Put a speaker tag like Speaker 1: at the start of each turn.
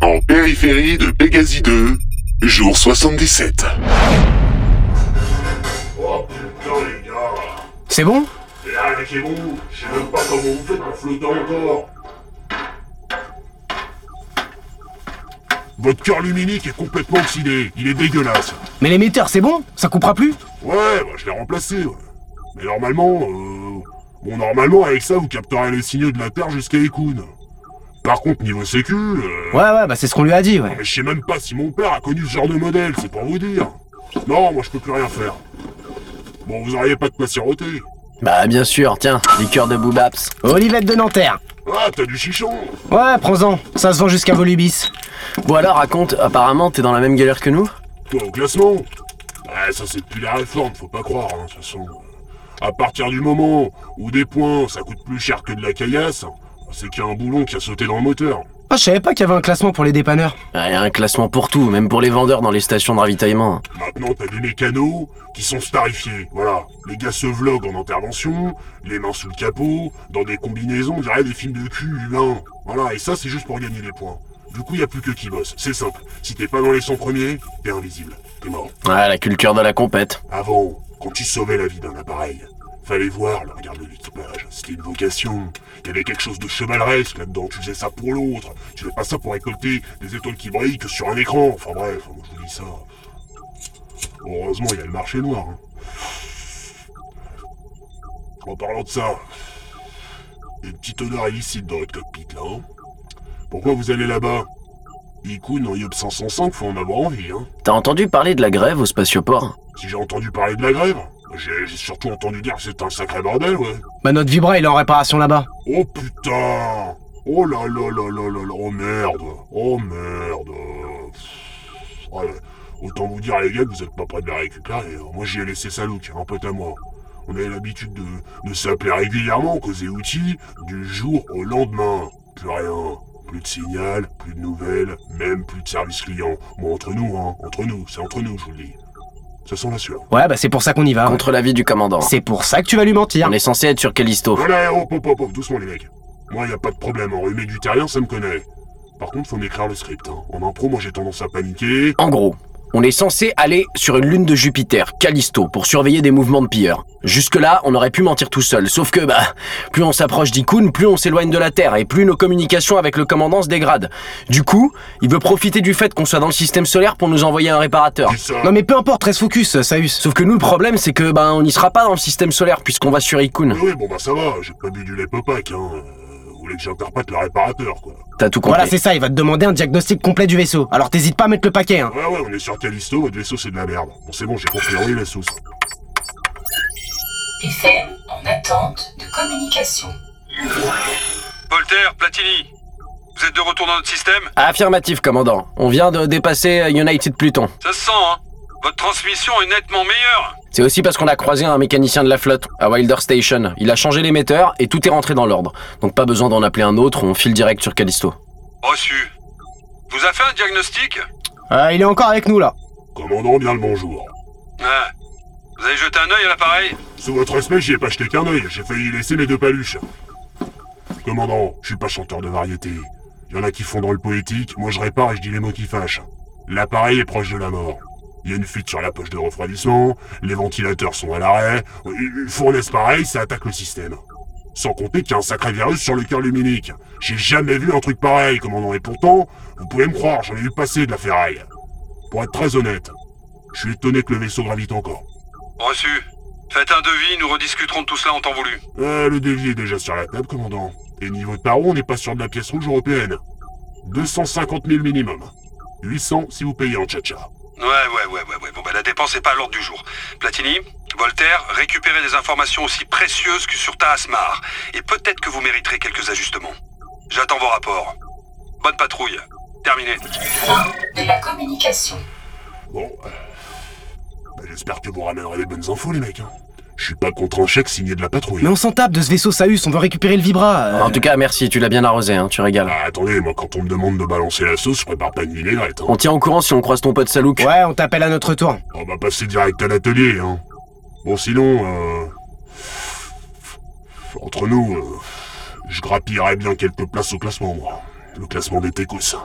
Speaker 1: en périphérie de Pégasi 2, jour 77.
Speaker 2: Oh putain les gars
Speaker 3: C'est bon
Speaker 2: Et arrêtez-vous Je sais même pas comment vous faites en flottant encore Votre cœur luminique est complètement oxydé, il est dégueulasse.
Speaker 3: Mais l'émetteur, c'est bon Ça coupera plus
Speaker 2: Ouais, bah, je l'ai remplacé. ouais. Mais normalement, euh... Bon, normalement, avec ça, vous capterez les signaux de la Terre jusqu'à Ekun. Par contre, niveau sécu, euh...
Speaker 3: Ouais, ouais, bah c'est ce qu'on lui a dit, ouais.
Speaker 2: Mais je sais même pas si mon père a connu ce genre de modèle, c'est pour vous dire. Non, moi je peux plus rien faire. Bon, vous auriez pas de quoi siroter.
Speaker 4: Bah bien sûr, tiens, liqueur de Boobaps.
Speaker 3: Olivette de Nanterre
Speaker 2: Ah, t'as du chichon
Speaker 3: Ouais, prends-en, ça se vend jusqu'à Volubis.
Speaker 4: Bon alors raconte, apparemment t'es dans la même galère que nous
Speaker 2: Toi, au classement Bah, ça c'est depuis la réforme, faut pas croire, hein, de toute façon. À partir du moment où des points, ça coûte plus cher que de la caillasse, c'est qu'il y a un boulon qui a sauté dans le moteur.
Speaker 3: Ah, je savais pas qu'il y avait un classement pour les dépanneurs.
Speaker 4: Ah, y a un classement pour tout, même pour les vendeurs dans les stations de ravitaillement.
Speaker 2: Maintenant, t'as des mécanos qui sont starifiés, voilà. Les gars se vloguent en intervention, les mains sous le capot, dans des combinaisons, on dirait des films de cul humains. Voilà, et ça, c'est juste pour gagner des points. Du coup, y a plus que qui bosse, c'est simple. Si t'es pas dans les 100 premiers, t'es invisible, t'es mort.
Speaker 4: Ouais, la culture de la compète.
Speaker 2: Avant, quand tu sauvais la vie d'un appareil, fallait voir le regard de l'équipage. C'était une vocation. Il y avait quelque chose de chevaleresque là-dedans. Tu faisais ça pour l'autre. Tu faisais pas ça pour récolter des étoiles qui brillent que sur un écran. Enfin bref, moi je vous dis ça. Heureusement, il y a le marché noir. hein. En parlant de ça, il y a une petite odeur illicite dans votre cockpit là. hein. Pourquoi vous allez là-bas Ikun en Yop 505, faut en avoir envie, hein.
Speaker 4: T'as entendu parler de la grève au spatioport
Speaker 3: Ah
Speaker 2: Si j'ai entendu parler de la grève, j'ai j'ai surtout entendu dire que c'est un sacré bordel, ouais.
Speaker 3: Bah notre Vibra, il est en réparation là-bas.
Speaker 2: Oh putain Oh là là là là là là Oh merde Oh merde Pff, ouais, Autant vous dire les gars que vous êtes pas prêts de la récupérer. hein. Moi j'y ai laissé sa look, un pote à moi. On avait l'habitude de, de s'appeler régulièrement, causer outils, du jour au lendemain. Plus rien. Plus de signal, plus de nouvelles, même plus de service client. Moi entre nous, hein, entre nous, c'est entre nous, je vous le dis. Ça sent la sueur.
Speaker 3: Ouais, bah c'est pour ça qu'on y va.
Speaker 4: Contre l'avis du commandant.
Speaker 3: C'est pour ça que tu vas lui mentir.
Speaker 4: On est censé être sur Callisto.
Speaker 2: Voilà, hop, hop, hop, hop, doucement les mecs. Moi, y a pas de problème, hein. enrhumé du terrien, ça me connaît. Par contre, faut m'écrire le script. Hein. En impro, moi j'ai tendance à paniquer.
Speaker 4: En gros, on est censé aller sur une lune de Jupiter, Callisto, pour surveiller des mouvements de pilleurs. Jusque-là, on aurait pu mentir tout seul, sauf que, bah, plus on s'approche d'Ikun, plus on s'éloigne de la Terre, et plus nos communications avec le commandant se dégradent. Du coup, il veut profiter du fait qu'on soit dans le système solaire pour nous envoyer un réparateur.
Speaker 2: Dis ça.
Speaker 3: Non mais peu importe, reste focus, euh, Saus.
Speaker 4: Sauf que nous, le problème, c'est que, bah, on n'y sera pas dans le système solaire, puisqu'on va sur Ikun.
Speaker 2: Oui, oui, bon bah ça va, j'ai pas bu du lait popac, hein. Euh, Vous voulez que j'interprète le réparateur, quoi.
Speaker 4: T'as tout compris.
Speaker 3: Voilà, c'est ça, il va te demander un diagnostic complet du vaisseau. Alors t'hésites pas à mettre le paquet, hein.
Speaker 2: Ouais, ouais, on est sur Callisto, votre vaisseau c'est de la merde. Bon, c'est bon, j'ai confirmé la sauce.
Speaker 5: FM en attente de communication.
Speaker 6: Voltaire, Platini, vous êtes de retour dans notre système
Speaker 4: Affirmatif, commandant. On vient de dépasser euh, United Pluton.
Speaker 6: Ça se sent, hein Votre transmission est nettement meilleure.
Speaker 4: C'est aussi parce qu'on a croisé un mécanicien de la flotte à Wilder Station. Il a changé l'émetteur et tout est rentré dans l'ordre. Donc pas besoin d'en appeler un autre, on file direct sur Callisto.
Speaker 6: Oh, Reçu. Vous a fait un diagnostic
Speaker 3: Euh, il est encore avec nous là.
Speaker 2: Commandant, bien le bonjour.
Speaker 6: Ah. Vous avez jeté un œil à l'appareil
Speaker 2: Sous votre respect, j'y ai pas jeté qu'un œil, j'ai failli y laisser mes deux paluches. Commandant, je suis pas chanteur de variété. Y en a qui font dans le poétique, moi je répare et je dis les mots qui fâchent. L'appareil est proche de la mort. Il y a une fuite sur la poche de refroidissement, les ventilateurs sont à l'arrêt, une fournaise pareille, ça attaque le système. Sans compter qu'il y a un sacré virus sur le cœur luminique. J'ai jamais vu un truc pareil, commandant, et pourtant, vous pouvez me croire, j'en ai vu passer de la ferraille. Pour être très honnête, je suis étonné que le vaisseau gravite encore.
Speaker 6: Oh, Reçu. Faites un devis, nous rediscuterons de tout cela en temps voulu.
Speaker 2: Euh, le devis est déjà sur la table, commandant. Et niveau tarot, on n'est pas sur de la pièce rouge européenne. 250 000 minimum. 800 si vous payez en tcha-tcha.
Speaker 6: Ouais, ouais, ouais, ouais, ouais. Bon, bah, la dépense n'est pas à l'ordre du jour. Platini, Voltaire, récupérez des informations aussi précieuses que sur ta Asmar. Et peut-être que vous mériterez quelques ajustements. J'attends vos rapports. Bonne patrouille. Terminé.
Speaker 5: Fin de la communication.
Speaker 2: Bon. euh, bah, J'espère que vous ramènerez les bonnes infos, les mecs. hein. Je suis pas contre un chèque signé de la patrouille.
Speaker 3: Mais on s'en tape de ce vaisseau Saus, on veut récupérer le Vibra. euh.
Speaker 4: En tout cas, merci, tu l'as bien arrosé, hein, tu régales.
Speaker 2: Ah, attendez, moi, quand on me demande de balancer la sauce, je prépare pas une vinaigrette. Hein.
Speaker 4: On tient au courant si on croise ton pote Salouk.
Speaker 3: Ouais, on t'appelle à notre tour.
Speaker 2: On va passer direct à l'atelier, hein. Bon, sinon, euh... Entre nous, euh, je grappillerais bien quelques places au classement, moi. Le classement des Tecos.